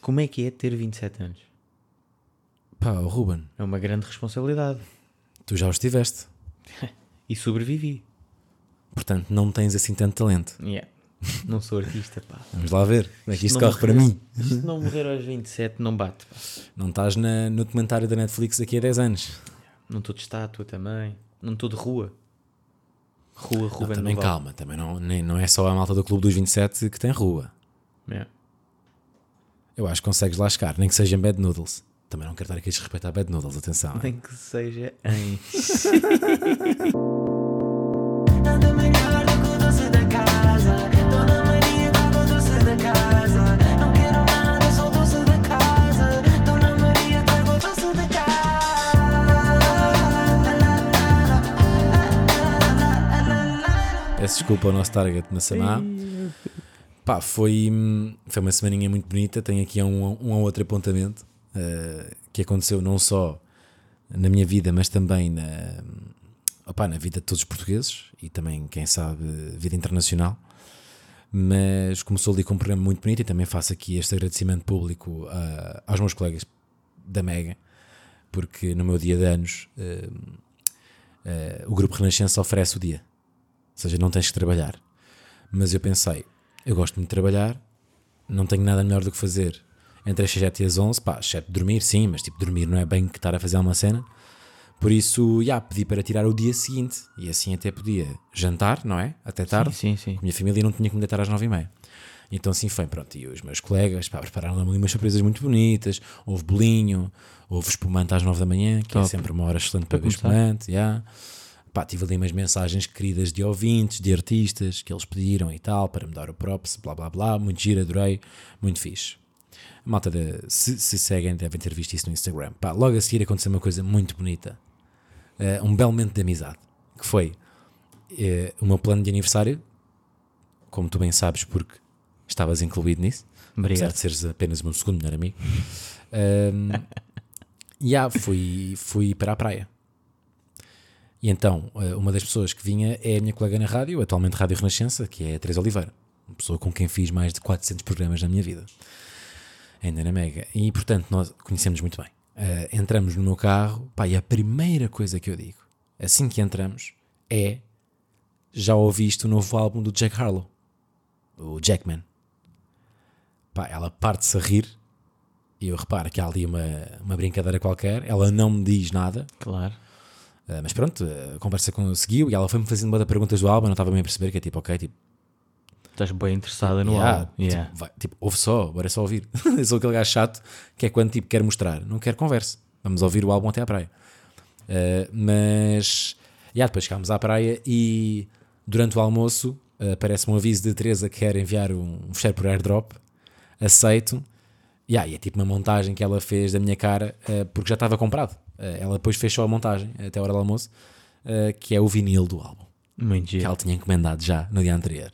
Como é que é ter 27 anos? Pá, o Ruben, É uma grande responsabilidade. tu já os tiveste. E sobrevivi. Portanto, não tens assim tanto talento. Yeah. Não sou artista, pá. Vamos lá ver. Como é que isto não corre para morrer- mim? Isto não morrer aos 27 não bate. pá. Não estás na- no documentário da Netflix daqui a 10 anos. Não estou de estátua também. Não estou de rua. Rua, Não, Ruben também Noval. calma, também não, nem- não é só a malta do Clube dos 27 que tem rua. Yeah. Eu acho que consegues lá chegar, nem que seja em Bad Noodles. Também não quero estar aqui a desrespeitar Bad Noodles, atenção. hein? Nem que seja em. Nada melhor do que o doce da casa. Dona Maria toca o doce da casa. Não quero nada, só o doce da casa. Dona Maria toca o doce da casa. Peço desculpa ao nosso target de Massamá. Pá, foi, hum, foi uma semaninha muito bonita. Tenho aqui um, um ou outro apontamento eh, que aconteceu não só na minha vida, mas também na, opá, na vida de todos os portugueses e também, quem sabe, vida internacional. Mas começou ali com um programa muito bonito e também faço aqui este agradecimento público a- aos meus colegas da Mega, porque no meu dia de anos eh, eh, o Grupo Renascença oferece o dia. Ou seja, não tens que trabalhar. Mas eu pensei, eu gosto muito de trabalhar, não tenho nada melhor do que fazer entre as 7 e as 11, pá, exceto dormir, sim, mas tipo, dormir não é bem que estar a fazer uma cena. Por isso, já, pedi para tirar o dia seguinte. E assim até podia jantar, não é? Até tarde. sim, sim. Com a minha família e não tinha que me deitar às 9 e meia. Então assim foi, pronto. E os meus colegas, pá, prepararam ali umas surpresas muito bonitas. Houve bolinho, houve espumante às 9 da manhã, que é Top. sempre uma hora excelente para, ver começar. espumante, já. Pá, tive ali umas mensagens queridas de ouvintes, de artistas que eles pediram e tal, para me dar o props, blá blá blá. Muito giro, adorei, muito fixe. A malta, de, se, se seguem, devem ter visto isso no Instagram. Pá, logo a seguir aconteceu uma coisa muito bonita, Eh, um belo momento de amizade, que foi eh, o meu plano de aniversário, como tu bem sabes, porque estavas incluído nisso, apesar Obrigado. de seres apenas o meu segundo melhor amigo. Um, e ah, fui, fui para a praia. E então, eh, uma das pessoas que vinha é a minha colega na rádio, atualmente Rádio Renascença, que é a Teresa Oliveira, uma pessoa com quem fiz mais de 400 programas na minha vida, ainda na Mega. E portanto, nós conhecemos muito bem. Eh, entramos no meu carro, pá, e a primeira coisa que eu digo, assim que entramos, é: já ouviste o novo álbum do Jack Harlow? O Jackman. Pá, ela parte-se a rir e eu reparo que há ali uma, uma brincadeira qualquer, ela não me diz nada, Claro. eh, mas pronto, eh, a conversa conseguiu e ela foi-me fazendo uma das perguntas do álbum, eu não estava bem a perceber, que é tipo, ok, tipo, Estás bem interessada no yeah, álbum. tipo, Yeah. vai- tipo, ouve só, bora só ouvir. eu sou aquele gajo chato que é quando tipo, quer mostrar, não quer conversa, vamos ouvir o álbum até à praia. Eh, mas, yeah, depois chegámos à praia e durante o almoço eh, aparece-me um aviso de Teresa que quer enviar um, um fecheiro por airdrop, aceito. Yeah, e é tipo uma montagem que ela fez da minha cara, eh, porque já estava comprado. Eh, ela depois fechou a montagem até a hora do almoço, eh, que é o vinil do álbum Muito que giro. ela tinha encomendado já no dia anterior.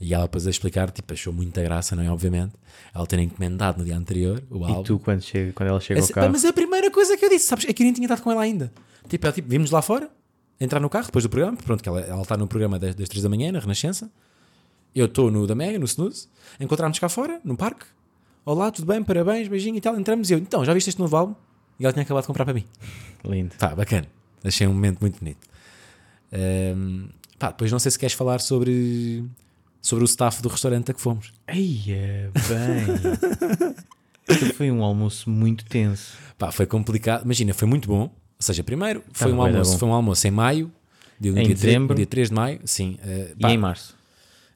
E ela depois a explicar, tipo, achou muita graça, não é? Obviamente, ela ter encomendado no dia anterior o álbum. E tu, quando, chega, quando ela chega Essa- ao carro. mas a primeira coisa que eu disse, sabes, é que eu nem tinha estado com ela ainda. Tipo, ela, tipo, vimos lá fora, entrar no carro depois do programa, pronto, que ela, ela está no programa das, das 3 da manhã, na Renascença. Eu estou no da Mega, no Snooze. Encontramos cá fora, no parque. Olá, tudo bem, parabéns, beijinho e tal. Entramos e eu, então, já viste este novo álbum? E ela tinha acabado de comprar para mim. Lindo. Pá, bacana. Achei um momento muito bonito. Ahm, pá, depois não sei se queres falar sobre, sobre o staff do restaurante a que fomos. Eia, bem. Isto foi um almoço muito tenso. Pá, foi complicado. Imagina, foi muito bom. Ou seja, primeiro foi um bué da almoço, Tá bom. foi um almoço em maio, de, no Em dia tre- dezembro. no dia 3 de maio, sim. ah, E pá, em março.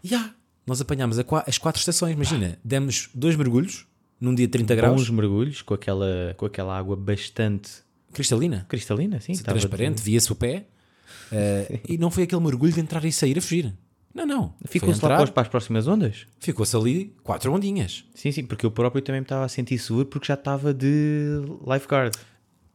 já, nós apanhámos a qua- as quatro estações, imagina, demos dois mergulhos num dia 30 graus, Bons mergulhos com aquela, com aquela água bastante cristalina, cristalina, sim. estava transparente, via-se o pé, ah, e não foi aquele mergulho de entrar e sair a fugir. Não, não. de- Ficou-se Foi lá entrar, para, para as próximas ondas? Ficou-se ali quatro ondinhas. Sim, sim, porque eu próprio também me estava a sentir seguro porque já estava de lifeguard.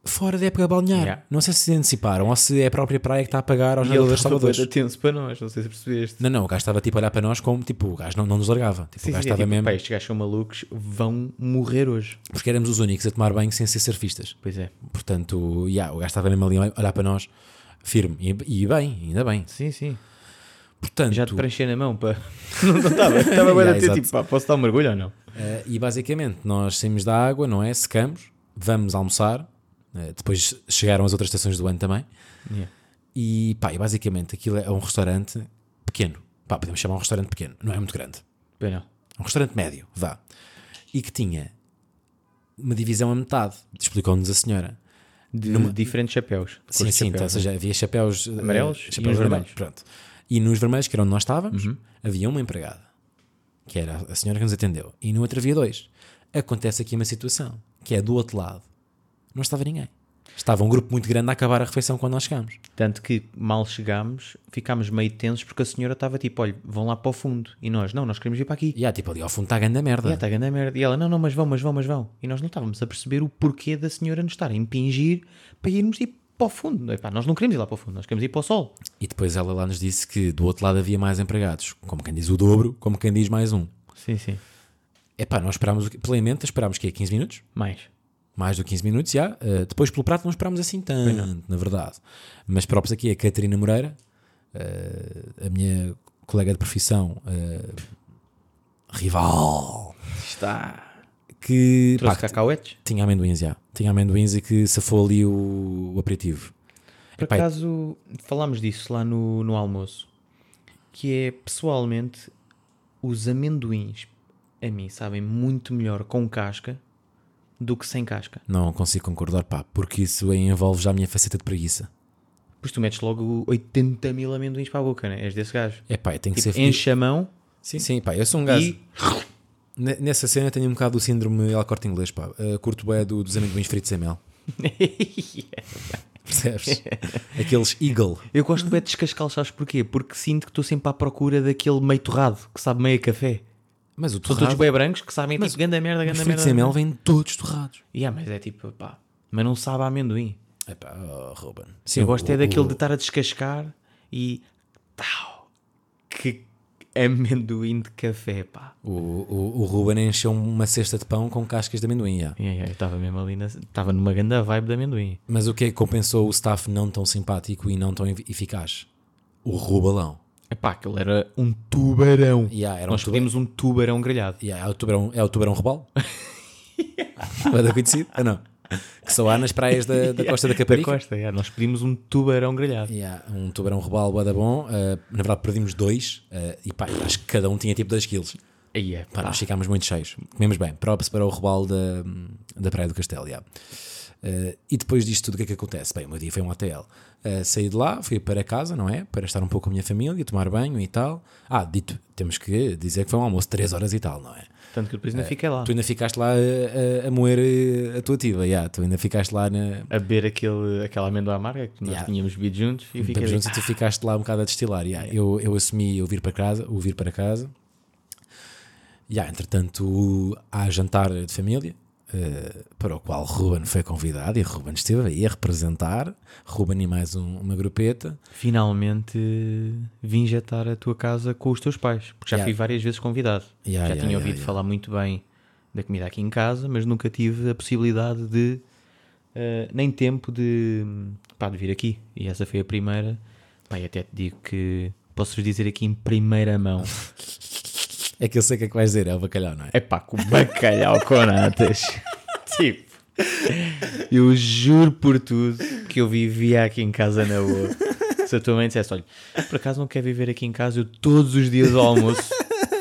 fora da época balnear. Yeah. Não sei se se anteciparam ou se é a própria praia que está a pagar aos E ele nadadores estava bué salvadores. de tenso para nós, não sei se percebeste. Não, não, o gajo estava tipo a olhar para nós como tipo, o gajo não, não nos largava. Tipo, Sim, o sim, gajo sim, é estava tipo, mesmo. "Pá, estes gajos são malucos, vão morrer hoje. Porque éramos os únicos a tomar banho sem ser surfistas. Pois é. Portanto, yeah, o gajo estava mesmo ali a olhar para nós, firme. E, e bem, ainda bem. Sim, sim. Portanto, Já te preencher na mão para. Não estava, estava bem Yeah, a ter exato. tipo, pá, posso dar um mergulho ou não? Eh, e basicamente nós saímos da água, não é? Secamos, vamos almoçar. eh, depois chegaram as outras estações do ano também. Yeah. E pá, e basicamente aquilo é um restaurante pequeno. Pá, podemos chamar um restaurante pequeno, não é muito grande. Bem, não. Um restaurante médio, vá. E que tinha uma divisão a metade, explicou-nos a senhora. De diferentes chapéus. de cores Sim, de sim, então, ou chapéus, né? seja, havia chapéus eh, Amarelos e chapéus os vermelhos. vermelhos. Uhum. Pronto. E nos vermelhos, que era onde nós estávamos, havia uma empregada, que era a senhora que nos atendeu. E no outro havia dois. Acontece aqui uma situação, que é do outro lado, não estava ninguém. Estava um grupo muito grande a acabar a refeição quando nós chegámos. Tanto que mal chegámos, ficámos meio tensos porque a senhora estava tipo: olha, vão lá para o fundo. E nós, não, nós queremos ir para aqui. E há tipo ali ao fundo está a grande merda. E está a grande merda. E ela, não, não, mas vão, mas vão, mas vão. E nós não estávamos a perceber o porquê da senhora nos estar a impingir para irmos ir para o fundo. Epá, nós não queremos ir lá para o fundo, nós queremos ir para o sol. E depois ela lá nos disse que do outro lado havia mais empregados. Como quem diz o dobro, como quem diz mais um. Sim, sim. Epá, nós esperámos, o quê? plenamente, esperámos que é 15 minutos. Mais. mais do que 15 minutos, já. Uh, depois pelo prato não esperámos assim tanto, na verdade. Mas próprios aqui a Catarina Moreira, uh, a minha colega de profissão, uh, rival, Está. que pá, Trouxe cacauetes? tinha amendoins, já. Tinha amendoins e que safou ali o, o aperitivo. Por Epá, acaso, falámos disso lá no, no almoço. Que é, pessoalmente, os amendoins, a mim, sabem muito melhor com casca do que sem casca. Não consigo concordar, pá, porque isso aí envolve já a minha faceta de preguiça. Pois tu metes logo 80 mil amendoins para a boca, né? És desse gajo. É pá, tem que Tipo, ser. enche a mão Sim, sim, pá, eu sou um gajo. e Ne- Nessa cena tenho um bocado do síndrome El Corte Inglês, pá. Uh, curto bem do, dos amendoins fritos em mel. Percebes? Aqueles Eagle. Eu gosto bem de descascá-lo, sabes porquê? Porque sinto que estou sempre à procura daquele meio torrado, que sabe meio a café. Mas o São todos torrado, bem brancos que sabem tipo ganda merda, os ganda fritos merda. em mel vêm todos torrados. Yeah, mas é tipo, pá, mas não sabe a amendoim. Epá, oh, Ruben. Sim, Eu gosto o- é daquele de o- estar a descascar e tal. Que amendoim de café, pá. O, o, o Ruben encheu uma cesta de pão com cascas de amendoim, já. Yeah, yeah, eu estava mesmo ali, na- estava numa ganda vibe de amendoim. Mas o que é que compensou o staff não tão simpático e não tão ev- eficaz? O Rubalão. É pá, aquele era um tubarão. Yeah, era um Nós tuba- pedimos um tubarão grelhado. yeah, é, o tubarão, é o tubarão Rubal? Bada conhecido? Ah, não. Que só há nas praias da, da costa da Da Caparica. costa, yeah, nós pedimos um tubarão grelhado. Yeah, um tubarão Rubal, bada bom. Ah, na verdade, perdimos dois. ah, e pá, eu acho que cada um tinha tipo 2 quilos. Aí é, Pá, pá. nós ficámos muito cheios. Comemos bem. Props para o robalo da, da Praia do Castelo. já. Eh, e depois disto tudo, o que é que acontece? Bem, o meu dia foi um ATL. Eh, saí de lá, fui para casa, não é? Para estar um pouco com a minha família, tomar banho e tal. Ah, dito, temos que dizer que foi um almoço de 3 horas e tal, não é? Tanto que depois ainda fiquei lá. Tu ainda ficaste lá eh, a, a moer eh, a tua tiva, já. tu ainda ficaste lá na. a beber aquele, aquela amêndoa amarga que nós Yeah. tínhamos bebido juntos e eu fiquei ali, Estamos "Ah, juntos e tu ficaste lá um bocado a destilar. já. Eu, eu assumi o vir para casa, o vir para casa. Yeah, entretanto, há jantar de família, eh, para o qual Ruben foi convidado e Ruben esteve aí a representar. Ruben e mais um- uma grupeta. "Ah, finalmente vim jantar a tua casa com os teus pais, porque já Yeah. fui várias vezes convidado. Yeah, já yeah, tinha yeah, ouvido yeah. falar muito bem da comida aqui em casa, mas nunca tive a possibilidade de eh, nem tempo de, pá, de vir aqui. E essa foi a primeira. Pá, e até te digo que posso-vos dizer aqui em primeira mão. É que eu sei o que é que vais dizer, é o bacalhau, não é? É pá, com bacalhau com natas. tipo, eu juro por tudo que eu vivia aqui em casa na boa. Se a tua mãe dissesse, olha, por acaso não quer viver aqui em casa, eu todos os dias ao almoço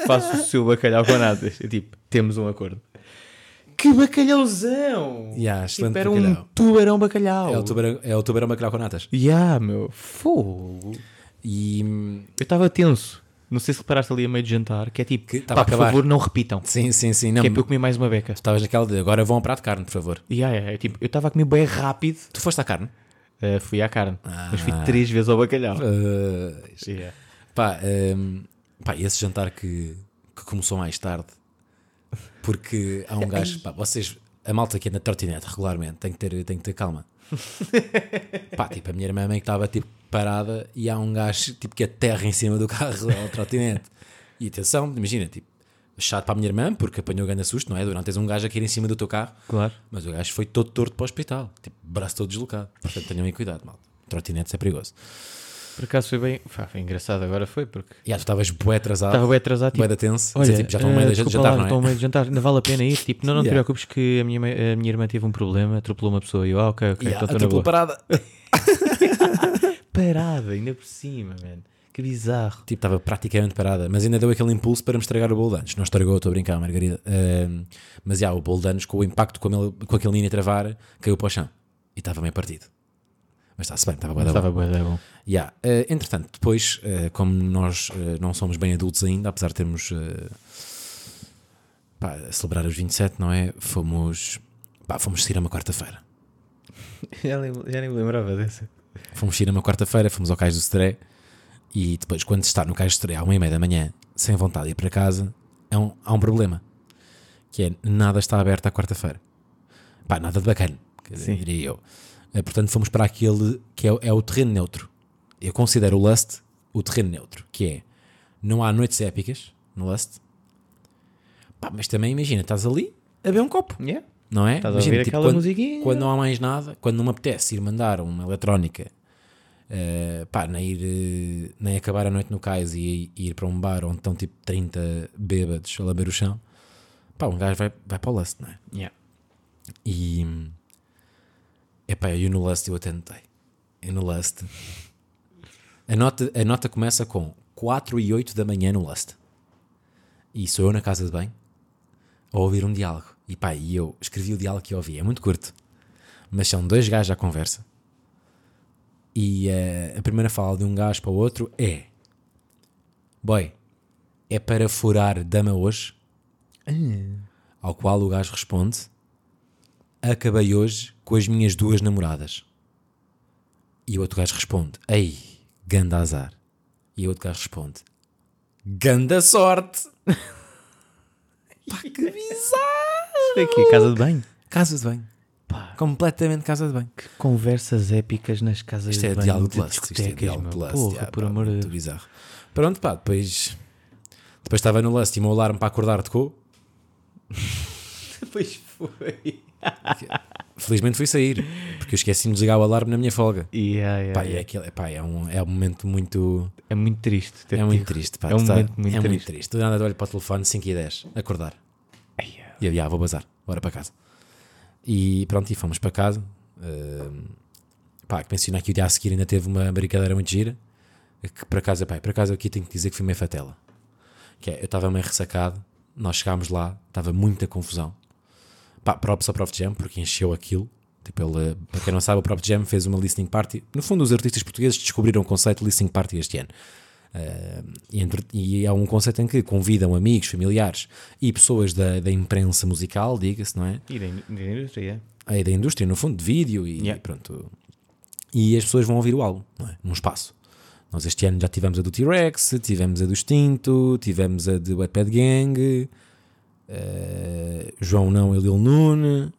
faço o seu bacalhau com natas. Eu, tipo, temos um acordo. Que bacalhauzão! Yeah, tipo, excelente era um bacalhau. tubarão bacalhau. É o tubarão, é o tubarão bacalhau com natas. Yeah, meu, fogo. E hum, Eu estava tenso. Não sei se reparaste ali a meio de jantar, que é tipo, Que tava pá, a por acabar. favor, não repitam. sim, sim, sim. Não, Que é para eu comer mais uma beca. Estavas naquela de agora vão ao um prato de carne, por favor. Yeah, yeah, é tipo, eu estava a comer bem rápido, Tu foste à carne? eh, fui à carne, mas Ah. fui três vezes ao bacalhau. Eh, Yeah. Pá, hum, pá, esse jantar que, que começou mais tarde, porque há um gajo, pá, vocês, a malta que anda de trotinete regularmente, tem que ter, tem que ter calma. pá, tipo, a minha irmã meio que estava tipo parada e há um gajo tipo que aterra em cima do carro ao trotinete. E atenção, imagina, tipo, chato para a minha irmã porque apanhou grande susto, não é? Durante tens um gajo a cair em cima do teu carro. Claro. Mas o gajo foi todo torto para o hospital, tipo, braço todo deslocado. Portanto, tenham aí cuidado, malta. Trotinetes é perigoso. Por acaso foi bem. Fá, foi engraçado agora, foi porque. E ah, tu estavas bué atrasado, Estava bem atrasado, tipo, bué da tenso. Olha, Dizer, tipo, já estou no meio eh, da gente desculpa lá, jantar, já estou não no é? meio de jantar, não vale a pena ir. Tipo, não, não te Yeah. preocupes que a minha, mãe- a minha irmã teve um problema, atropelou uma pessoa e eu, ah, ok, ok, Yeah, então estou na boa. atropelou parada. Parada, ainda por cima, mano. Que bizarro. Tipo, estava praticamente parada, mas ainda deu aquele impulso para me estragar o bolo de anos. Não estragou, estou a brincar, Margarida. Ahm, mas já, o bolo de anos, com o impacto com, ele, com aquele linha a travar, caiu para o chão. E estava meio partido. Mas está-se bem, estava bué da bom. Estava boa, é bom. Yeah. Eh, entretanto, depois, eh, como nós eh, não somos bem adultos ainda, apesar de termos eh, pá, a celebrar os 27, não é? Fomos, pá, fomos sair a uma quarta-feira. Já nem, já nem me lembrava dessa. Fomos sair a uma quarta-feira, fomos ao Cais do Setré e depois, quando se está no Cais do Setré à uma e meia da manhã, sem vontade de ir para casa, é um, há um problema. Que é, nada está aberto à quarta-feira. Pá, nada de bacana, quer dizer, Sim. diria eu. Eh, portanto, fomos para aquele que é, o- é o terreno neutro. Eu considero o Lust o terreno neutro, que é, não há noites épicas no Lust. Pá, mas também imagina, estás ali a beber um copo Yeah. não é? Estás a Imagina, ouvir aquela quando, musiquinha? Quando não há mais nada, quando não me apetece ir mandar uma eletrónica, eh, pá, nem, ir, eh, nem acabar a noite no cais e, e ir para um bar onde estão tipo 30 bêbados a lamber o chão, pá, um gajo vai, vai para o lust, não é? Yeah. E. hum, Epá, eu no Lust eu até notei. Eu no Lust. A nota, a nota começa com 4 e 8 da manhã no Lust. E sou eu na casa de bem a ouvir um diálogo. E pá, e eu escrevi o diálogo que eu ouvi. É muito curto. Mas são dois gajos à conversa. E eh, a primeira fala de um gajo para o outro é: Boy, é para furar dama hoje? Ao qual o gajo responde: acabei hoje com as minhas duas namoradas. E o outro gajo responde: Ei, ganda azar. E o outro gajo responde: Ganda sorte. Pá, que bizarro! Isso foi aqui, casa de banho. Casa de banho. Completamente casa de banho. Que conversas épicas nas casas Isto de é banho. diálogo de de lust. Isto é discotecas, diálogo meu. de lust. Porra, yeah, por pá, amor de muito Deus. bizarro. Pronto, pá, depois. Depois estava no lust e o meu alarme para acordar tocou. Pois foi. Felizmente fui sair, porque eu esqueci-me de ligar o alarme na minha folga. Yeah, yeah, Pá, yeah. é, aquele, pá, é, um, é um momento muito. É muito triste. te É muito digo. triste, pá. É um tu tá- momento muito é triste. muito triste. Do nada olho para o telefone 5 e 10, acordar. E eu, "Ya, vou bazar, bora para casa. E pronto, e fomos para casa. Ahm, pá, que mencionar que o dia a seguir ainda teve uma brincadeira muito gira. Que para casa, pá, para casa aqui tenho que dizer que fui meio fatela. Que é, eu estava meio ressacado, nós chegámos lá, estava muita confusão. Pá, props ao Prof Jam, porque encheu aquilo. Tipo, ele, para quem não sabe, o Prof Jam fez uma listening party. No fundo, os artistas portugueses descobriram o conceito de listening party este ano. Ah, e, entre- e há um conceito em que convidam amigos, familiares e pessoas da, da imprensa musical, diga-se, não é? E da in- da indústria, é. Aí da indústria, no fundo, de vídeo e Yeah. pronto. E as pessoas vão ouvir o álbum, não é? Num espaço. Nós este ano já tivemos a do T-Rex, tivemos a do Extinto, tivemos a de Wetpad Gang, eh, João Não e Lil Nune,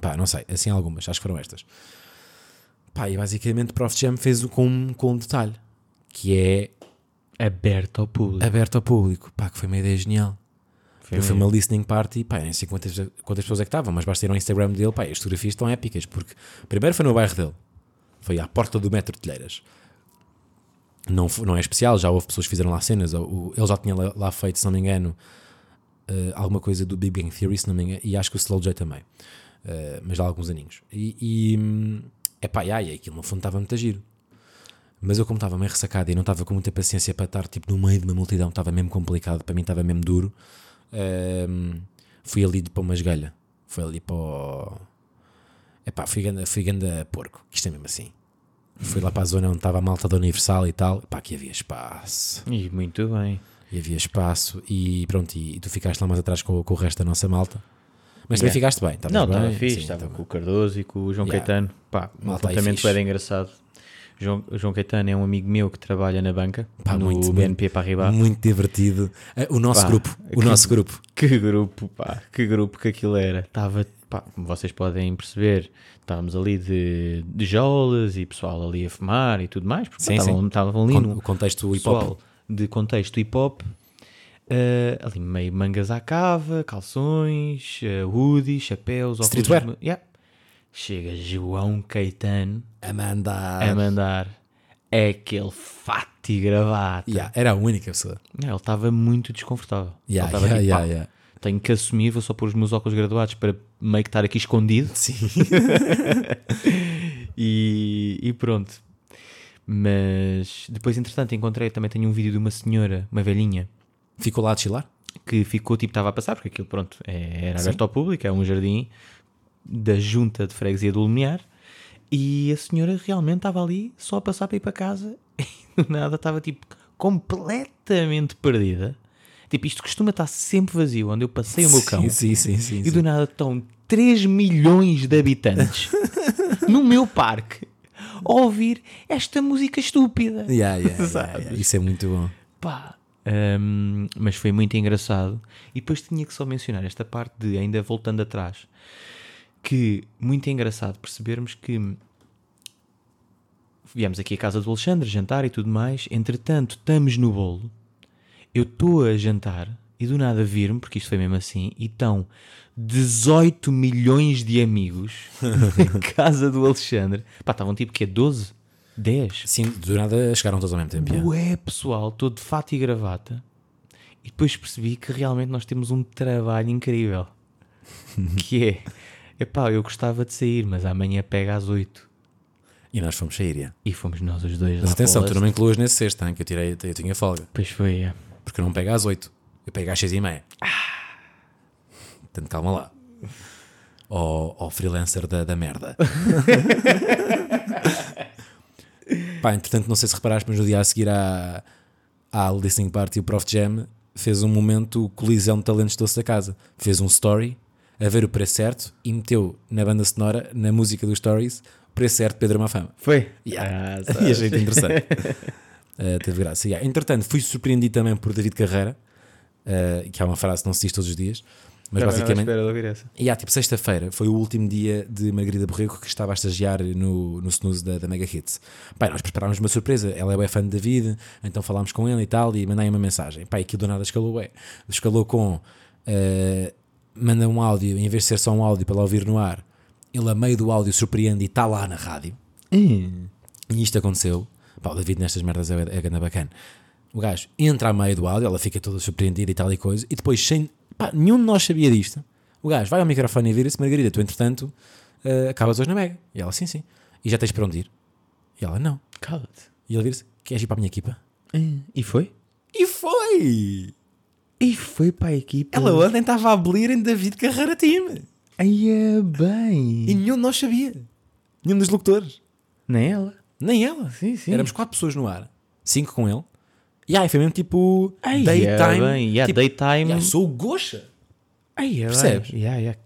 pá, não sei, assim algumas, acho que foram estas. Pá, e basicamente Prof Jam fez o com, com um detalhe, que é Aberto ao público. aberto ao público, pá, que foi uma ideia genial. Foi Foi, foi mesmo. uma listening party, pá, nem sei quantas, quantas pessoas é que estavam, mas basta ir ao Instagram dele, pá, e as fotografias estão épicas, porque primeiro foi no bairro dele, foi à porta do metro de Telheiras. Não, fo- não é especial, já houve pessoas que fizeram lá cenas, o- o- ele já tinha lá, lá feito, se não me engano, eh, alguma coisa do Big Bang Theory, se não me engano, e acho que o Slow J também, Eh, mas já há alguns aninhos. E, é pá, e ai, aquilo no fundo estava muito a giro. Mas eu, como estava meio ressacado e não estava com muita paciência para estar tipo, no meio de uma multidão, estava mesmo complicado, para mim estava mesmo duro. Ahm, Ehm, fui ali de para uma esgalha. Fui ali para o. Epá, fui ganda, fui ganda porco, que isto é mesmo assim. Fui lá para a zona onde estava a malta da Universal e tal. Pá, que havia espaço. E muito bem. E havia espaço. E pronto, e, e tu ficaste lá mais atrás com, com o resto da nossa malta. Mas também Yeah. ficaste bem, estavas Não, Tá bem? estava fixe, Sim, estava tava- com o Cardoso e com o João Yeah. Caetano. Pá, um Malta aí apontamento fixe. bem engraçado. João, João Caetano é um amigo meu que trabalha na banca, Pá, no muito bem. BNP Paribas. Muito divertido. Ah, O nosso Pá, grupo, o que- nosso grupo. Que grupo, pá, que grupo que aquilo era. Estava, pá, como vocês podem perceber, estávamos ali de, de jolas e pessoal ali a fumar e tudo mais, porque pá, Sim, sim. estavam estavam ali Con- no o contexto hip hop. pessoal de contexto hip hop, eh, ali meio mangas à cava, calções, eh, hoodies, chapéus, óculos Streetwear. de- Yeah. Chega João Caetano Amanda. a mandar é aquele fato e gravata. Yeah, era a única pessoa. Não, ele estava muito desconfortável. Yeah, ele estava yeah, tipo, yeah, "Pá, yeah." Tenho que assumir, vou só pôr os meus óculos graduados para meio que estar aqui escondido. Sim. E, e pronto. Mas depois, entretanto, encontrei também tenho um vídeo de uma senhora, uma velhinha, Ficou lá a chilar? que ficou tipo, estava a passar, porque aquilo, pronto, é- era aberto ao público, é um jardim da junta de freguesia do Lumiar. E a senhora realmente estava ali só a passar para ir para casa e do nada estava tipo completamente perdida. Tipo, isto costuma estar sempre vazio, onde eu passei o meu cão. Sim, sim, sim. E do nada estão 3 milhões de habitantes no meu parque a ouvir esta música estúpida. Yeah, yeah, yeah, yeah. Isso é muito bom. Pá. Hum, mas foi muito engraçado. E depois tinha que só mencionar esta parte de, ainda voltando atrás, que muito engraçado percebermos que viemos aqui à casa do Alexandre, jantar e tudo mais. Entretanto, estamos no bolo. Eu estou a jantar e do nada vir-me, porque isto foi mesmo assim, e estão 18 milhões de amigos na casa do Alexandre. Pá, estavam tipo que é 12? 10? Sim, do nada chegaram todos ao mesmo tempo. yeah. Ué, pessoal, estou de fato e gravata. E depois percebi que realmente nós temos um trabalho incrível. que é, epá, eu gostava de sair, mas amanhã pega às 8. E nós fomos sair. yeah. E fomos nós os dois Mas lá atenção, para o tu não me incluas nesse sexto, hein, que eu tirei, eu tinha folga. Pois foi, é. Porque eu não pego às 8. Eu pego às 6 e meia. Portanto, calma lá. Ó ó freelancer da, da merda. Pá, entretanto, não sei se reparaste, mas no dia a seguir à, à Listening Party, o Prof Jam fez um momento colisão de talentos doce da casa. Fez um story a ver o preço certo e meteu na banda sonora, na música dos stories, o preço certo de Pedro Mafama. Foi? Ah, Yeah. e sabes. achei interessante. Eh, teve graça. yeah. Entretanto, fui surpreendido também por David Carreira, eh, que é uma frase que não se diz todos os dias, mas Estava à basicamente. espera de ouvir essa. E há tipo sexta-feira, foi o último dia de Margarida Borrego que estava a estagiar no, no snooze da, da Mega Hits. Pai, nós preparámos uma surpresa, ela é bué fã de David, então falámos com ele e tal, e mandei uma mensagem. Pai, aquilo do nada escalou, ué. Escalou com. eh, manda um áudio, em vez de ser só um áudio para ela ouvir no ar, ele a meio do áudio surpreende e está lá na rádio. E isto aconteceu. Pá, o David nestas merdas é, é ganda bacana. O gajo entra a meio do áudio, ela fica toda surpreendida e tal e coisa, e depois, sem. Pá, nenhum de nós sabia disto. O gajo vai ao microfone e vira-se: Margarida, tu entretanto eh, acabas hoje na Mega. E ela: Sim, sim. E já tens para onde ir? E ela: Não. Cala-te. E ele vira-se: Queres ir para a minha equipa? E foi? E foi! E foi para a equipa. Ela ontem estava a abolir em David Carreira Time. Aí é bem. E nenhum de nós sabia. Nenhum dos locutores. Nem é ela. Nem ela. Sim, sim. Éramos quatro pessoas no ar. Cinco com ele. E aí foi mesmo tipo Ai, daytime. é bem. Yeah, tipo, daytime. "Ya, sou o Gosha. Ai, é Percebes? bem. Yeah, yeah.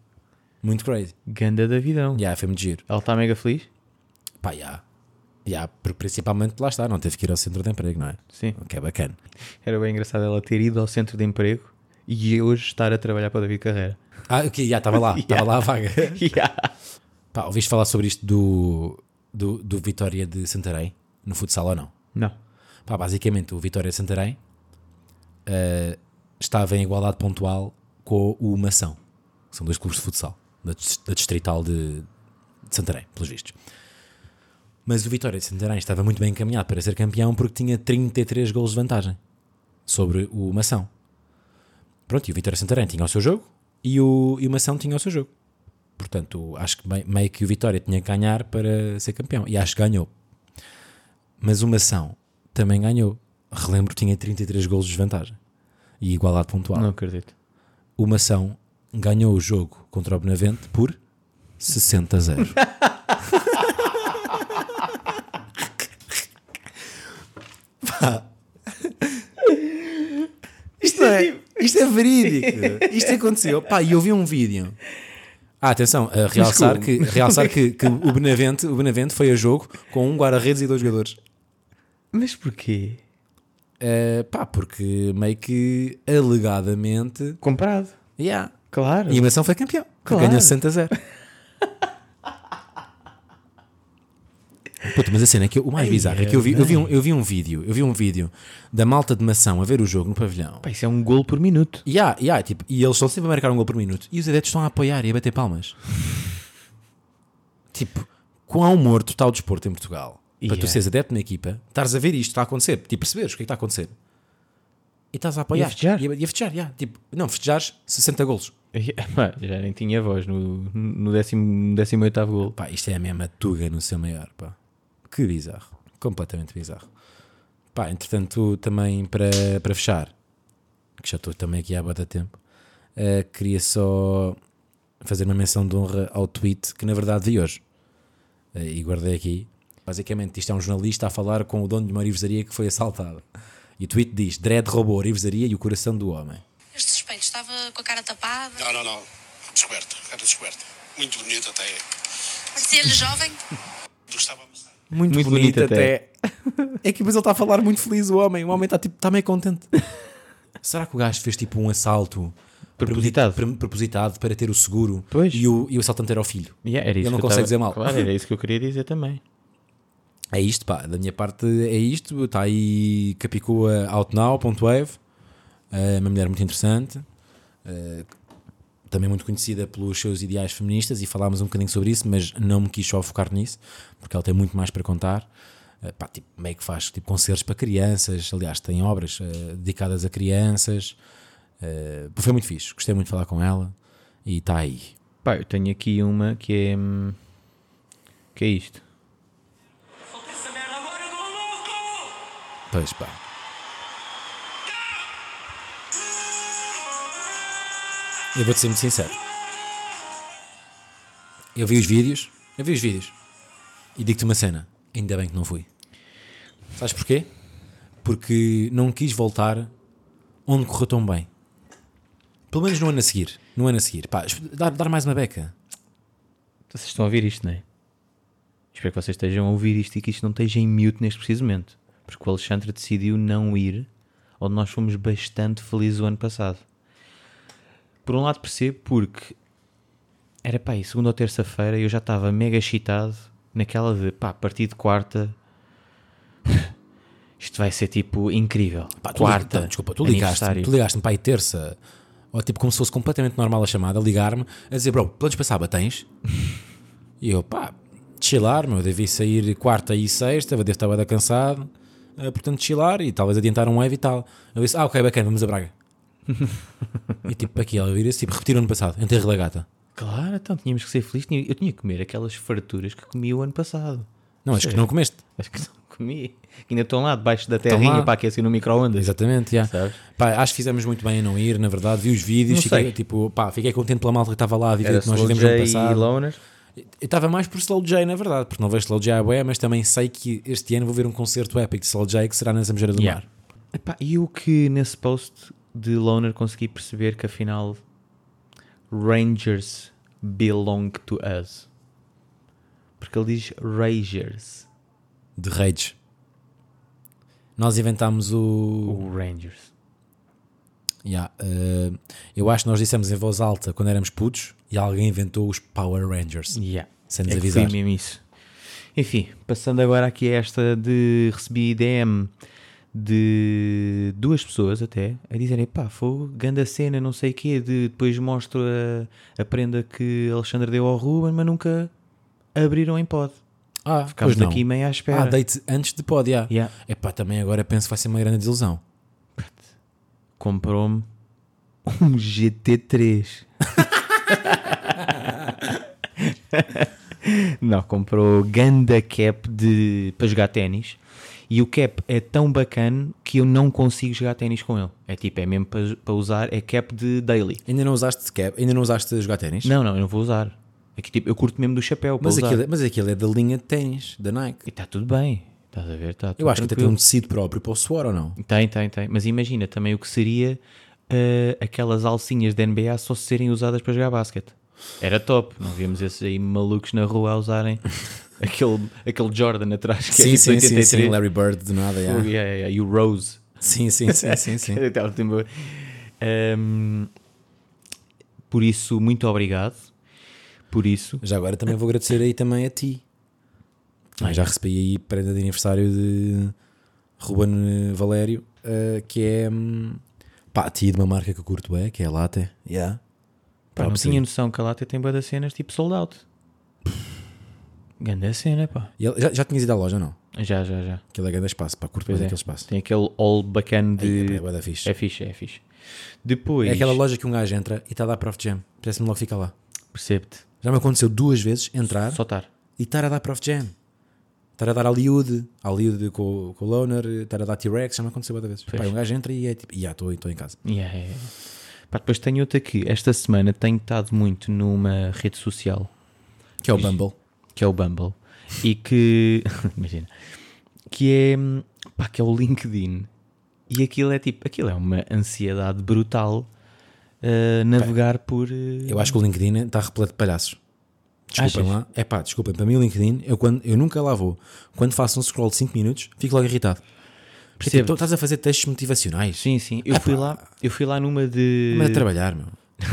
Muito crazy. Ganda da vidão. Yeah, foi muito giro. Ela está mega feliz? Pá, yeah. Yeah, porque principalmente lá está, não teve que ir ao centro de emprego, não é? Sim. O que é bacana. Era bem engraçado ela ter ido ao centro de emprego e hoje estar a trabalhar para o David Carreira. Ah, ok, já estava lá, estava lá a vaga. Yeah. Pá, ouviste falar sobre isto do, do, do Vitória de Santarém, no futsal ou não? Não. Pá, basicamente, o Vitória Santarém eh, estava em igualdade pontual com o Mação, que são dois clubes de futsal, da, dis- da Distrital de, de Santarém, pelos vistos. Mas o Vitória de Santarém estava muito bem encaminhado para ser campeão porque tinha 33 golos de vantagem sobre o Mação. Pronto, e o Vitória de Santarém tinha o seu jogo e o, e o Mação tinha o seu jogo. Portanto, acho que mei- meio que o Vitória tinha que ganhar para ser campeão. E acho que ganhou. Mas o Mação também ganhou. Relembro que tinha 33 golos de vantagem e igualdade pontual. Não acredito. O Mação ganhou o jogo contra o Benavente por 60 a 0. Pá. Isto é, isto é verídico. Isto aconteceu. Pá, e eu vi um vídeo. Ah, atenção, a realçar, que, realçar que, que o, Benavente, o Benavente foi a jogo com um guarda-redes e dois jogadores. Mas porquê? Eh, pá, porque meio que alegadamente. Comprado. Yeah. Claro. E a Mação foi campeão. Claro. Ganhou 60 a 0. Puta, mas a cena é que eu- o mais bizarro é que eu vi, eu, vi um, eu vi um vídeo, eu vi um vídeo da malta de mação a ver o jogo no pavilhão. Pá, isso é um gol por minuto. E há- e há, tipo, e eles estão sempre a marcar um gol por minuto. E os adeptos estão a apoiar e a bater palmas. tipo, quão morto está o desporto em Portugal? Para tu Yeah. seres adepto na equipa, estares a ver isto está a acontecer, tipo, perceberes o que é que está a acontecer. E estás a apoiar. E a festejar. E a, e a festejar, yeah. Tipo, não, festejares 60 golos. Pá, já nem tinha voz no, no 18 gol. Pá, isto é a mesma tuga no seu maior, pá. Que bizarro. Completamente bizarro. Pá, entretanto, também para, para fechar, que já estou também aqui há bota tempo, eh, queria só fazer uma menção de honra ao tweet que na verdade vi hoje. Eh, e guardei aqui. Basicamente, isto é um jornalista a falar com o dono de uma orivesaria que foi assaltada. E o tweet diz: Dredd roubou a orivesaria e o coração do homem. Este suspeito estava com a cara tapada. Não, não, não. Descoberta, era descoberta. Muito bonito até. Parecia-lhe jovem. Tu estávamos. Muito, Muito bonito, bonito até. É que depois ele está a falar muito feliz, o homem. O homem está tipo, tá meio contente. Será que o gajo fez tipo um assalto Propositado. premedi- pre- propositado para ter o seguro Pois. E, o, e o assaltante era o filho? Yeah, era isso Ele não que eu consegue tava- dizer mal. Claro, era isso que eu queria dizer também. É isto, pá. Da minha parte é isto. Está aí Capicua Outnow.wave. É uma mulher muito interessante. eh, também muito conhecida pelos seus ideais feministas e falámos um bocadinho sobre isso, mas não me quis só focar nisso, porque ela tem muito mais para contar. Eh, pá, tipo, meio que faz tipo, concertos para crianças, aliás, tem obras eh, dedicadas a crianças. Eh, foi muito fixe, gostei muito de falar com ela e está aí. Pá, eu tenho aqui uma que é. hum, Que é isto. Pois pá. Eu vou-te ser muito sincero. Eu vi os vídeos, eu vi os vídeos e digo-te uma cena, ainda bem que não fui. Sabes porquê? Porque não quis voltar onde correu tão bem. Pelo menos no ano a seguir. No ano a seguir. Pá, dar, dar mais uma beca. Vocês estão a ouvir isto, não é? Espero que vocês estejam a ouvir isto e que isto não esteja em mute neste preciso momento. Porque o Alexandre decidiu não ir onde nós fomos bastante felizes o ano passado. Por um lado percebo porque era pá, aí, segunda ou terça-feira eu já estava mega excitado naquela de pá, a partir de quarta isto vai ser tipo incrível. Pá, tu quarta, li- então, desculpa, tu ligaste-me aniversário. tu ligaste para aí terça, ou tipo como se fosse completamente normal a chamada, ligar-me a dizer, bro, planos para sábado tens? e eu, pá, chilar, meu, devi sair quarta e sexta, devo estar bada cansado, eh, portanto chilar e talvez adiantar um wave e tal. Eu disse, ah, ok, bacana, vamos a Braga. e tipo, aqui ela vira-se, tipo, repetiram no passado, enterra da gata. Claro, então tínhamos que ser felizes. Tinha- Eu tinha que comer aquelas farturas que comi o ano passado. Não, acho que não comeste. Acho que não comi. Que ainda estão lá debaixo da lá. terrinha para aquecer no micro-ondas. Exatamente, yeah. Sabes? Pá, acho que fizemos muito bem a não ir, na verdade, vi os vídeos, Não fiquei, sei. tipo, pá, fiquei contente pela malta que estava lá a viver Era o que nós Slow vivemos J no e passado. Loner. Eu estava mais por Slow J, na verdade, porque não vejo Slow J à boé, mas também sei que este ano vou ver um concerto épico de Slow J que será na Zambujeira do Yeah. Mar. Epá, e eu que nesse post de Loner consegui perceber que afinal Rangers belong to us. Porque ele diz Rangers. De Rage. Nós inventámos o. O Rangers. Yeah, eh, eu acho que nós dissemos em voz alta quando éramos putos e alguém inventou os Power Rangers. Yeah. Sem nos é que avisar. foi mesmo isso. Enfim, passando agora aqui a esta de recebi DM de duas pessoas até a dizerem pá, foi grande a cena, não sei o quê, de depois mostro a, a prenda que Alexandre deu ao Ruben, mas nunca abriram em pod. Ah, Ficámos pois não. daqui meio à espera. Ah, date antes de pod, yeah. Yeah. Epá, também agora penso que vai ser uma grande desilusão. Comprou-me um GT3. Não, comprou ganda cap de, para jogar ténis. E o cap é tão bacana que eu não consigo jogar ténis com ele. É tipo, é mesmo para, para usar, é cap de daily. Ainda não usaste cap, ainda não usaste jogar ténis? Não, não, eu não vou usar. Aqui, tipo, eu curto mesmo do chapéu para Mas usar. aquilo, é- mas aquilo é da linha de ténis, da Nike. E está tudo bem. Estás a ver? Está tudo Eu acho que até tem tranquilo. um tecido próprio para o suor ou não? Tem, tem, tem. Mas imagina também o que seria eh, aquelas alcinhas da NBA só serem usadas para jogar basquete. Era top. Não víamos esses aí malucos na rua a usarem aquele, aquele Jordan atrás que é Sim, tipo sim, sim, 83. sim, Larry Bird do nada, yeah. Oh, yeah, yeah, yeah. E o Rose. Sim, sim, sim, sim, sim. Até o tempo. Ehm, por isso, muito obrigado. Por isso, Já agora também vou agradecer aí também a ti. Ah, já recebi aí prenda de aniversário de Ruben eh, Valério, eh, que é hum, pá, a ti de uma marca que eu curto é, que é a Latte. Yeah. pá, não Top, tinha sim. noção que a Latte tem boa das cenas tipo sold out. Ganda cena, pá. E ele- já, já tinhas ido à loja, não? Já, já, já. Aquilo é grande espaço, pá, curto bem Pois é. aquele espaço. Tem aquele all bacana de. Ai, é bué da fixe. É fixe, é fixe. Depois. É aquela loja que um gajo entra e está a dar Prof Jam. Parece-me logo fica lá. Percebe-te. Já me aconteceu duas vezes entrar Só estar. e estar a dar Prof Jam. Estar a dar a Liud, a Liud com, com o Loner, estar a dar T-Rex, já me aconteceu várias vezes. Pá, um gajo entra e é tipo, já estou estou em casa. Yeah, yeah, yeah. Pá, depois tenho outra aqui. Esta semana tenho estado muito numa rede social Que é o Bumble. que é o Bumble e que. imagina. Que é. pá, que é o LinkedIn. E aquilo é tipo. aquilo é uma ansiedade brutal ah, navegar por. ah, Eu acho que o LinkedIn está repleto de palhaços. Desculpem Achas? lá. É pá, desculpem. Para mim, o LinkedIn, eu, quando, eu nunca lá vou. Quando faço um scroll de 5 minutos, fico logo irritado. Porque Percebo. tipo, tu estás a fazer textos motivacionais. Sim, sim. Eu fui lá, eu fui lá numa de. Mas a é trabalhar, meu.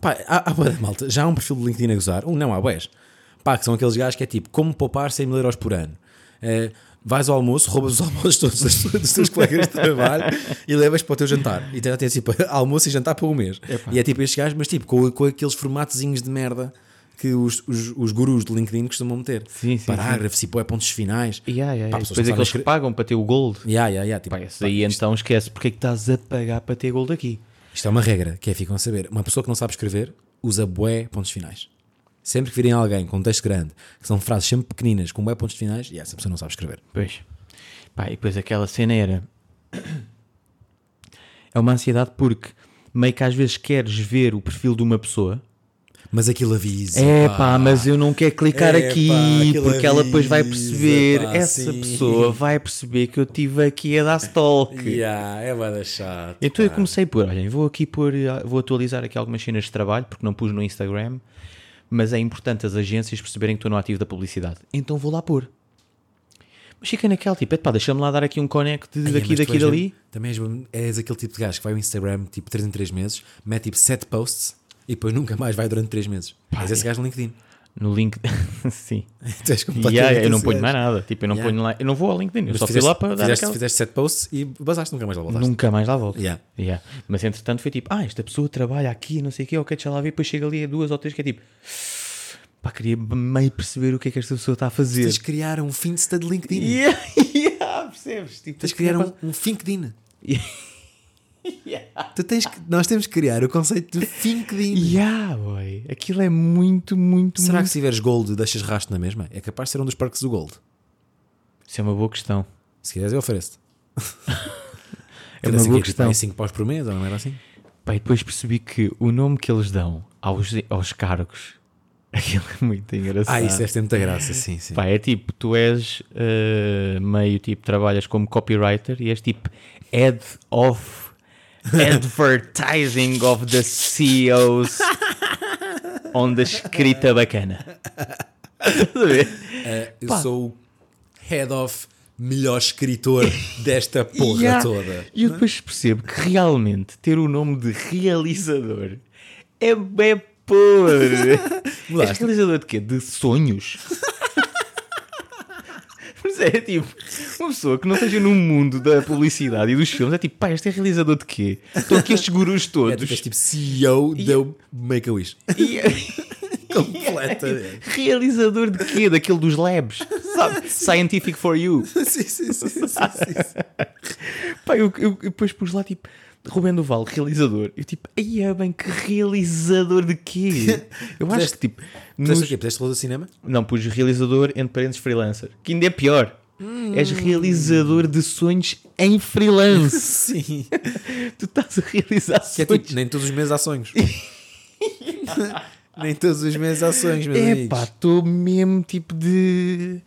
Pá, há, há bué da malta. Já há um perfil de LinkedIn a gozar. Um não, há bués. Pá, que são aqueles gajos que é tipo, como poupar 100 mil euros por ano. Eh, vais ao almoço, roubas os almoços todos dos, dos teus colegas de trabalho e levas para o teu jantar. E já tens tipo almoço e jantar para um mês. E é tipo estes gajos, mas tipo com, com aqueles formatozinhos de merda que os, os, os gurus do LinkedIn costumam meter. Sim, sim, Parágrafos e põe pontos finais. Yeah, yeah, Pá, yeah. pessoas Depois não aqueles sabem que pagam para ter o gold. Yeah, yeah, yeah, tipo, Pá, esse aí então esquece. Porque é que estás a pagar para ter gold aqui? Isto é uma regra que é ficam a saber. Uma pessoa que não sabe escrever usa bué pontos finais. Sempre que virem alguém com um texto grande, que são frases sempre pequeninas com bué pontos finais, e essa pessoa não sabe escrever. Pois. Pá, e depois aquela cena era. É uma ansiedade porque meio que às vezes queres ver o perfil de uma pessoa. Mas aquilo avisa. É pá, mas eu não quero clicar É, aqui pá, aquilo porque ela depois vai avisa, perceber. pá, essa sim. pessoa vai perceber que eu estive aqui a dar stalk. Yeah, é bué da chato. Então eu comecei por, olhem, vou aqui pôr, eh, vou atualizar aqui algumas cenas de trabalho, porque não pus no Instagram, mas é importante as agências perceberem que estou no ativo da publicidade. Então vou lá pôr. Mas fica naquela, tipo, pá, deixa-me lá dar aqui um connect de Ai, daqui, mas tu daqui, és dali. mesmo- Também és, mesmo- és aquele tipo de gajo que vai ao Instagram tipo 3 em 3 meses, mete tipo 7 posts e depois nunca mais vai durante 3 meses. Mas esse gajo no LinkedIn. No link. Sim. Tu és E completamente yeah, eu não esse ponho mais gajo. nada. Tipo, eu não Yeah. ponho lá. Eu não vou ao LinkedIn, eu Mas só fui fizeste, lá para dar fizeste, aquela. fizeste 7 posts e basaste, nunca mais lá voltaste. Nunca mais lá volto. Yeah. Yeah. Mas entretanto foi tipo, ah, esta pessoa trabalha aqui, não sei o quê, ok, deixa lá ver, depois chega ali a duas ou três que é tipo. Pá, queria meio perceber o que é que esta pessoa está a fazer. Tens de criar um Finsta de LinkedIn. Yeah, yeah, percebes? Tipo, Tens de criar um, um LinkedIn. Yeah. Tu tens que- nós temos que criar o conceito de LinkedIn. Yeah, boy. Aquilo é muito, muito, Será que muito. se tiveres gold deixas rastro na mesma? É capaz de ser um dos parques do gold. Isso é uma boa questão. Se quiseres eu ofereço-te. É uma boa questão. Em 5 paus por mês ou não era assim? Pá, e depois percebi que o nome que eles dão aos, aos cargos, aquilo é muito engraçado. Ah, isso deve ter muita graça, sim, sim. Pá, é tipo, tu és eh, meio tipo, trabalhas como copywriter e és tipo head of advertising of the CEOs on the escrita bacana. Estás a ver? É, eu pá. sou o head of melhor escritor desta porra Yeah. toda. É E eu depois percebo que realmente ter o nome de realizador é bem podre. És Mudaste. realizador de quê? De sonhos? Mas é tipo, uma pessoa que não esteja no mundo da publicidade e dos filmes é tipo, pá, este é realizador de quê? Estão aqui estes gurus É, tu todos. és tipo CEO do Make-A-Wish. E- é Completamente. realizador de quê? Daquele dos labs, sabe? Scientific for you. sim, sim, sim, sim, sim, sim. Pá, eu, eu- eu depois pus lá tipo Rubén Duval, realizador. Eu tipo, ai é bem, que realizador de quê? Eu acho Puseste- que tipo. nos- Puseste o quê? Puseste roda de cinema? Não, pus realizador entre parênteses freelancer. Que ainda é pior. És realizador de sonhos em freelance. Sim. tu estás a realizar Que é sonhos. tipo, nem todos os meses há sonhos. nem todos os meses há sonhos, meus Epá, amigos. estou mesmo tipo de.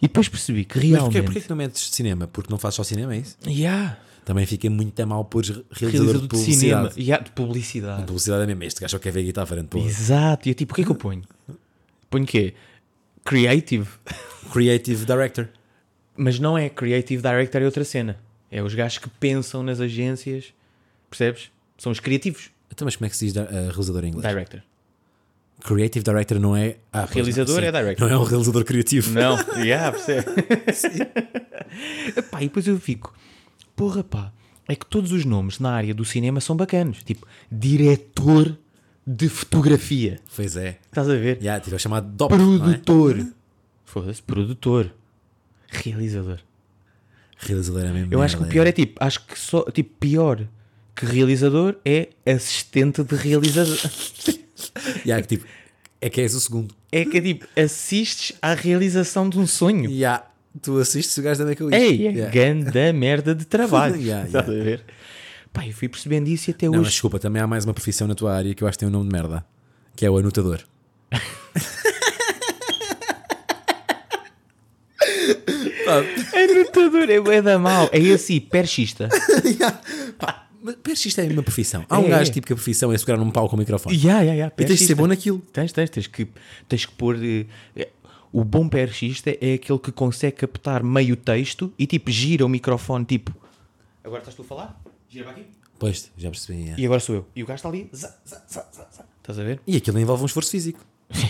E depois percebi que Mas porquê, realmente. porquê que não metes de cinema? Porque não fazes só cinema, é isso? Yeah, Também fica muito a mal pôr realizador, realizador de de cinema. publicidade. Yeah, de publicidade. Publicidade é mesmo. Este gajo só quer ver guitarra frente pô. Exato. E eu tipo, o que é que eu ponho? Ponho quê? Creative. Creative Director. Mas não é Creative Director é outra cena. É os gajos que pensam nas agências. Percebes? São os criativos. Então, mas como é que se diz da- eh, realizador em inglês? Director. Creative Director não é. Ah, pois não, Realizador sim. é director. Não é um realizador criativo. Não, yeah, percebe? Epá, e depois eu fico, porra, pá, é que todos os nomes na área do cinema são bacanos. Tipo, diretor de fotografia. Pois é. Estás a ver? Yeah, tipo, é chamado DOP. não é? Produtor. Foda-se, produtor. Realizador. Realizador é mesmo. Eu acho que o merda, pior é tipo, acho que só, tipo, pior que realizador é assistente de realizador. Yeah, que, tipo, é que és o segundo. É que é tipo, assistes à realização de um sonho. Yeah, tu assistes o gajo da Make-A-Wish. Ei, Yeah. ganda merda de trabalho. Yeah, Estás a ver? Pá, eu fui percebendo isso e até Não, mas hoje. desculpa, também há mais uma profissão na tua área que eu acho que tem um nome de merda, que é o anotador. Anotador é bué da mal. É esse perchista. Pá, mas pera, isto é uma profissão. Há um É, gajo é. tipo que a profissão é segurar num pau com o microfone. É Ya, ya, ya, E tens de ser perchista. bom naquilo. Tens, tens, tens que, tens que pôr. eh, eh, O bom perchista é aquele que consegue captar meio texto e tipo gira o microfone, tipo. Agora estás tu a falar? Gira para aqui. Pois, já percebi. é. yeah. E agora sou eu. E o gajo está ali. Zá, zá, zá, zá, zá. Estás a ver? E aquilo envolve um esforço físico.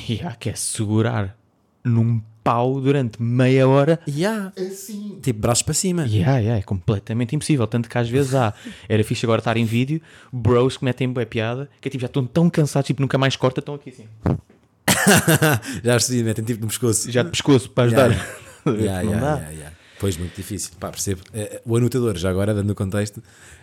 E há que é segurar num pau durante meia hora. E há, assim. tipo braços para cima. Yeah, yeah, é completamente impossível. Tanto que às vezes há, era fixe agora estar em vídeo, bros que metem boa piada, que é, tipo, já estão tão cansados, tipo, nunca mais corta, estão aqui assim. Já percebi, metem tipo no pescoço. Já de pescoço para ajudar. Yeah, Yeah, Não yeah, dá. yeah, yeah. Pois, muito difícil. Pá, percebo. Eh, O anotador, já agora, dando o contexto,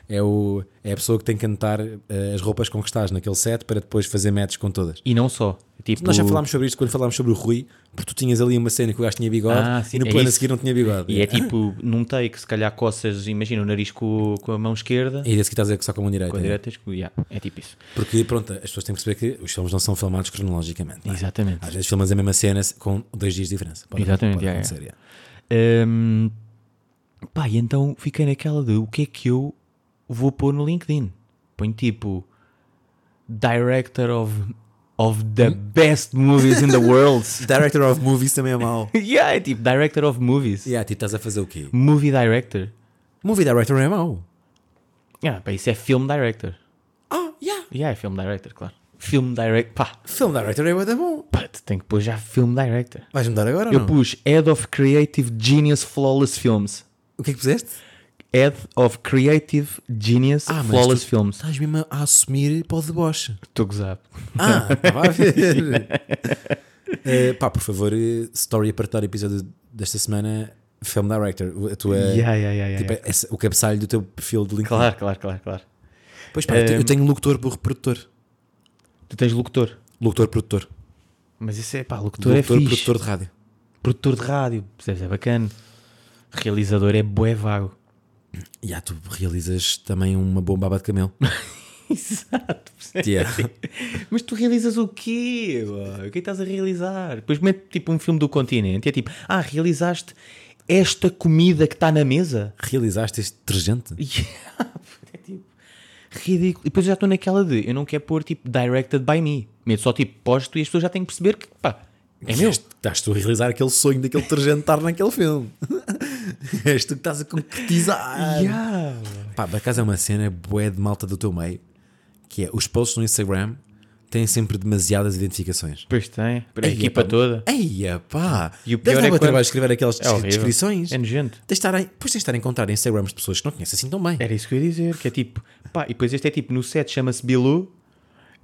é, o, é a pessoa que tem que anotar eh, as roupas com que estás naquele set para depois fazer matches com todas. E não só. Tipo, Nós já falámos sobre isto quando falámos sobre o Rui, porque tu tinhas ali uma cena que o gajo tinha bigode Ah, sim, e no é plano a isso. seguir não tinha bigode. E é tipo, num take, se calhar coças, imagina, o nariz com, com a mão esquerda, E desse que estás a só com a mão direita. com a né? direita, tens com- yeah, é tipo isso. Porque, pronto, as pessoas têm que perceber que os filmes não são filmados cronologicamente. não é? Exatamente. Às vezes filmas a mesma cena com dois dias de diferença. Pode- Exatamente, pode yeah, acontecer, yeah. Hum, pá, e então fiquei naquela de o que é que eu vou pôr no LinkedIn? Põe tipo Director of, of the Hum? best movies in the world. Director of movies também é mau. yeah, é tipo Director of movies. yeah, tipo, estás a fazer o quê? Movie Director. Movie director é mau. Yeah, pá, isso é Film Director. Ah, yeah. Yeah, é Film Director, claro. Film Director. Pá, Film director é muito bom. pá, tu tem que pôr já Film Director. Vais mudar agora ou Eu não? pus Head of Creative Genius Flawless Films. O que é que puseste? Head of Creative Genius Ah, mas Flawless tu tá- Films. Estás mesmo a assumir para o deboche. Estou gozado. Ah, estava a ver. Eh, pá, por favor, eh, story a partir do episódio desta semana, film director. A tua, Yeah, yeah, yeah, yeah, tipo, yeah. esse- o cabeçalho do teu perfil de LinkedIn. Claro, Ehm. claro, claro, claro. Pois pá, eu te- eu tenho locutor burro produtor. Tu tens locutor. Locutor produtor. Mas isso é pá, locutor, Locutor é fixe. produtor de rádio. Produtor de rádio, percebes? É bacana. Realizador é bué vago. E ah, tu realizas também uma boa baba de camelo. é. Exato, percebes? Yeah. Mas tu realizas o quê? bó? O que é que estás a realizar? Depois mete tipo um filme do continente e é tipo, ah, realizaste esta comida que está na mesa? Realizaste este detergente? Yeah, é tipo ridículo. E depois eu já estou naquela de eu não quero pôr tipo directed by me. Meto só tipo posto e as pessoas já têm que perceber que pá, é meu. Estás tu a realizar aquele sonho daquele detergente estar naquele filme. És tu que estás a concretizar. Yeah. Pá, por acaso é uma cena bué de malta do teu meio, que é os posts no Instagram têm sempre demasiadas identificações. Pois é, tem, a Ei, equipa epá, toda. Ei, pá. E o Deve pior é dar bué quando- trabalho escrever aquelas É horrível. descrições. É nojento. Tens de estar a- Depois tens de estar a encontrar Instagrams de pessoas que não conheces assim tão bem. Era isso que eu ia dizer, que é tipo, pá, e depois este é tipo, no set chama-se Bilu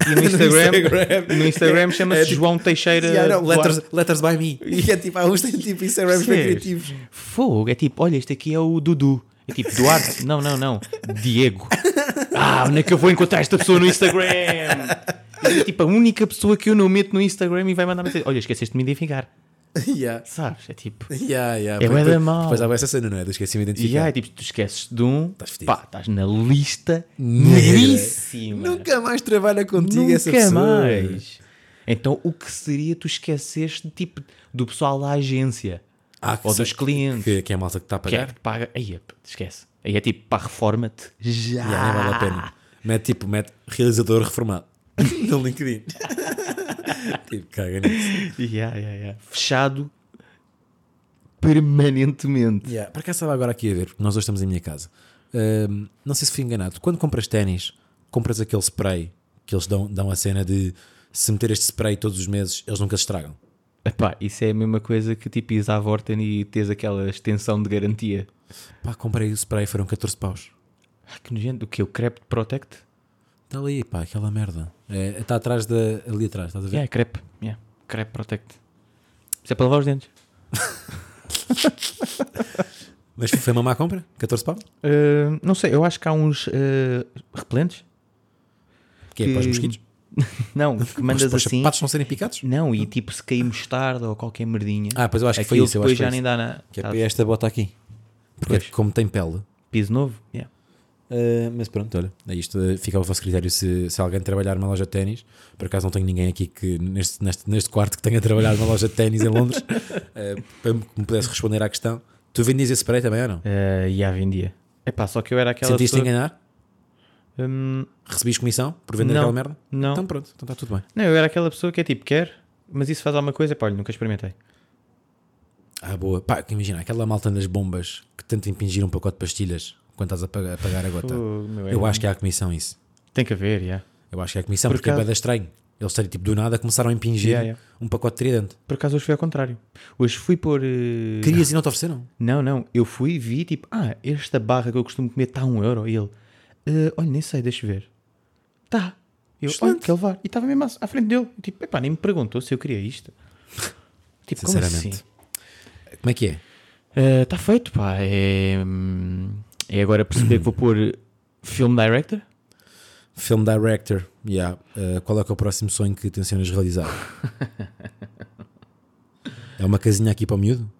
e no Instagram, Instagram. no Instagram chama-se É tipo- João Teixeira. Yeah, não, Duarte. letters, letters by me. E é tipo, há uns têm tipo Instagrams bem Percebes? criativos. Fogo, é tipo, olha, este aqui é o Dudu. É tipo, Duarte, não, não, não, Diego. Ah, onde é que eu vou encontrar esta pessoa no Instagram? E, tipo, a única pessoa que eu não meto no Instagram e vai mandar mensagem. Olha, esqueceste de me identificar, Yeah. sabes? É tipo, Yeah, yeah. É Pois- bué da pois- mau. Pois há bué essa cena, não é? De esqueci-me e aí, de identificar. é tipo, tu esqueces de um, Estás fedido. pá, estás na lista Negra. negríssima. Nunca mais trabalha contigo essa Nunca pessoa. mais. Então, o que seria tu esqueceste, tipo, do pessoal da agência? Ah, que Ou se- dos clientes. Que, que é a malta que está a Que é que pagar. te paga? Aí, é, esquece. Aí é tipo, pá, reforma-te já. Yeah, não vale a pena. Mete tipo, mete realizador reformado no LinkedIn. tipo, caga nisso. Yeah, yeah, yeah. Fechado permanentemente. Yeah. Para cá estava agora aqui a ver, porque nós hoje estamos em minha casa. Ahm, não sei se fui enganado. Quando compras ténis, compras aquele spray que eles dão, dão a cena de se meter este spray todos os meses, eles nunca se estragam. Epá, isso é a mesma coisa que tipo ires à Vorten e tens aquela extensão de garantia. Pá, comprei o spray, foram 14 paus. Ah, que nojento. O que? O crepe de Protect? Está ali, pá, aquela merda. É, Está atrás da. ali atrás, estás a ver? Yeah, crepe. Yeah. Crepe Protect. Isso é para lavar os dentes. Mas foi uma má compra? 14 pau? Uh, Ah, não sei, eu acho que há uns ah, repelentes. Que é para os Que- mosquitos? Não, que Mas mandas para os assim. sapatos não serem picados? Não, e tipo se cair mostarda ou qualquer merdinha. Ah, pois eu acho que foi aquilo isso, eu depois acho que já foi nem isso. dá na. Que é tá- para esta bota aqui. Porque é Pois. como tem pele. Piso novo? Yeah. Uh, mas pronto, olha, é isto uh, fica ao vosso critério se, se alguém trabalhar numa loja de ténis. Por acaso não tenho ninguém aqui que neste, neste, neste quarto que tenha trabalhado numa loja de ténis em Londres uh, para me- que me pudesse responder à questão. Tu vendias esse spray também ou não? Ah, e já vendia. Epá, só que eu era aquela Sentiste pessoa. enganar? Hum, Recebias comissão por vender Não, aquela merda? não. Então pronto, então está tudo bem. Não, eu era aquela pessoa que é tipo, quer, mas isso faz alguma coisa? Pá, olha, nunca experimentei. Ah, boa. Pá, que imagina, aquela malta nas bombas que tenta impingir um pacote de pastilhas quando estás a pagar, a pagar a gota. Oh, meu, é Eu um- acho que há comissão isso. Tem que haver, yeah. Eu acho que é a comissão, Por porque é acaso- bada estranho. Eles terem tipo do nada começaram a impingir Yeah, yeah. um pacote de tridente. Por acaso hoje fui ao contrário. Hoje fui uh, por. Querias e não te ofereceram? assim Não, não. Eu fui e vi tipo, ah, esta barra que eu costumo comer está a um euro. E ele, "Ah, olha, nem sei, deixa ver. Tá. Eu, olha, Excelente. que levar. E estava mesmo à- à frente dele. E, tipo, epá, nem me perguntou se eu queria isto. Tipo, como assim? Sinceramente. Como é que é? Está Eh, tá feito, pá. É, hum, é agora perceber que vou pôr Film Director. Film director, yeah. Uh, qual é que é o próximo sonho que tencionas realizar? é uma casinha aqui para o miúdo?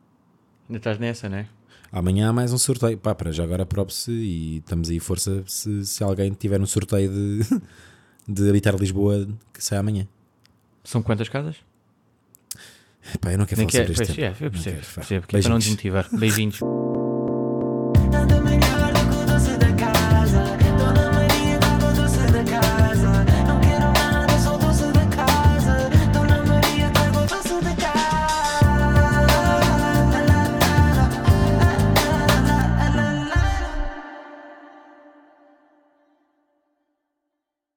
Ainda estás nessa, não é? Amanhã há mais um sorteio. Pá, para já agora props e estamos aí força se, se alguém tiver um sorteio de, de habitar Lisboa que sai amanhã. São quantas casas? Pá, eu não quero Nem falar quer, sobre pois, isto. é, eu percebo, quero, vá. percebo, que é para não Beijinhos. desmotivar. Beijinhos. Nada melhor